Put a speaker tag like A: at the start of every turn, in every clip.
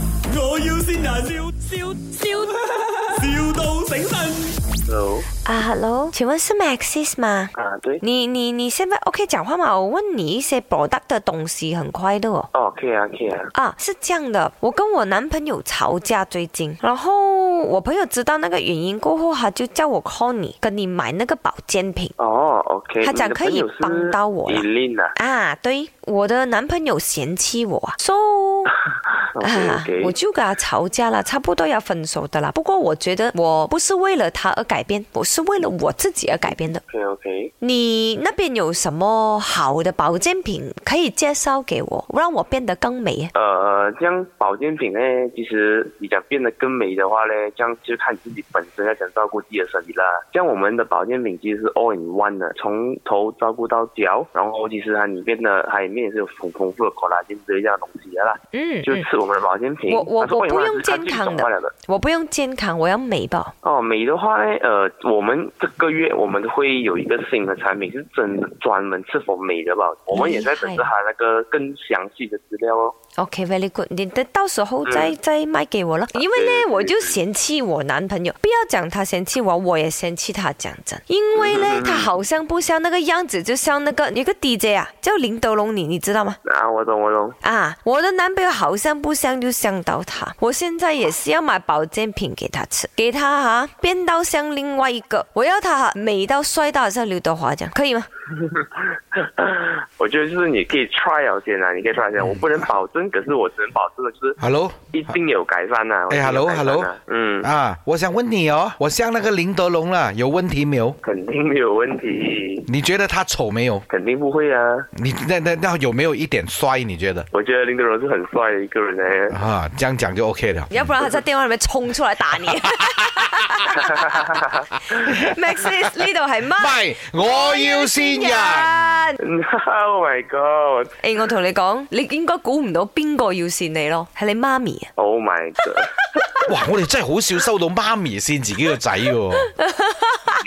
A: 要先人，笑笑笑，,笑到醒神。
B: Hello，
C: 啊，hello，请问是 Maxis 吗？
B: 啊，对，
C: 你你你现在 OK 讲话吗？我问你一些 product 的东西，很快的哦。
B: 哦，可以啊，可以啊，
C: 啊，是这样的，我跟我男朋友吵架最近，然后我朋友知道那个原因过后，他就叫我 call 你，跟你买那个保健品
B: 哦，OK，
C: 他讲可以帮到我啦
B: 伊琳啊
C: 啊。对，我的男朋友嫌弃我啊，so 啊，
B: ，OK
C: 我
B: OK，
C: 就跟他吵架了，差不多要分手的啦。不过我觉得我不是为了他而改变，我是为了我自己而改变的。
B: OK OK，
C: 你那边有什么好的保健品可以介绍给我，让我变得更美？
B: 呃，这样保健品呢，其实你想变得更美的话呢，这样就看你自己本身要想照顾自己的身体啦。像我们的保健品其实是 all in one 的，从头照顾到脚，然后其实它里面的它里面也是有丰丰富的 collagen 之类这样的东西的啦。
C: 嗯
B: 就
C: 嗯，
B: 吃我们的保健品，
C: 我我
B: 但是 all in one
C: 我不用
B: 是它自己
C: 健康的
B: 转化了的。
C: 我不用健康，我要美吧。
B: 哦，美的话呢，呃，我们这个月我们会有一个新的产品，是真的专门是否美的吧？我们也在等着它那个更详细的资料哦。
C: OK，very、good。你的到时候再、再卖给我了，因为
B: 对对
C: 呢，
B: 对
C: 我就嫌弃我男朋友，不要讲他嫌弃我，我也嫌弃他。讲真，因为呢，他好像不像那个样子，就像那个有个 DJ 啊，叫林德龙你，你知道吗？
B: 啊，我懂，我懂。
C: 啊，我的男朋友好像不像就像到他，我现在也是要买保健品给他吃，给他哈、变到像另外一个，我要他美到帅到像刘德华这样，可以吗？
B: 我觉得就是你可以 try 了先啊，你可以 try 先，我不能保证，可是我只能保证的就是
D: Hello，
B: 一定有改善呐、啊。我觉
D: 哎
B: 得有
D: ，Hello
B: 改善啊
D: Hello，
B: 嗯，
D: 啊，我想问你哦，我像那个林德龙了，有问题没有？
B: 肯定没有问题，
D: 你觉得他丑没有？
B: 肯定不会啊。
D: 你那那那有没有一点帅？你觉得？
B: 我觉得林德荣是很帅的一个人 呢、
D: 啊，这样讲就 OK 了。
C: 要不然他在电话里面冲出来打 你。Maxis 呢度係
D: 唔
C: 乜？
D: 係，我要先人。
B: o h Oh my god！
C: 诶、我同你講，你應該估唔到邊個要線你咯，係你媽咪啊！
B: Oh my god！
D: 哇！我哋真係好少收到媽咪線自己個仔 喎。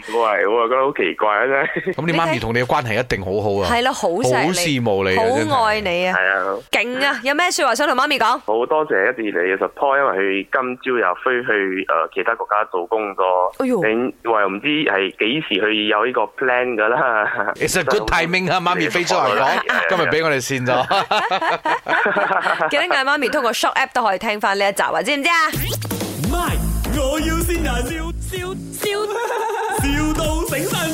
B: 喂，我覺得好奇怪啊真係。
D: 咁你媽咪同你嘅關係一定好好啊。
C: 係咯，好錫
D: 好
C: 你，
D: 羨慕你啊真係
C: 好愛你啊，
B: 係啊，
C: 勁啊！有咩说話想同媽咪講？
B: 好多謝一直以嚟嘅 support，因為佢今朝又飛去誒、呃其他國家做工作。
C: 哎呦
B: 你話又唔知係幾時去有呢個 plan 㗎啦。
D: It's a good timing 啊！媽咪飛出 嚟
B: 啊
D: 講，今日俾我哋線咗。
C: 記得嗌媽咪通過 Shop App 都可以聽翻呢一集啊，知唔知啊？
A: My，我要先人，笑笑笑，,笑到醒神。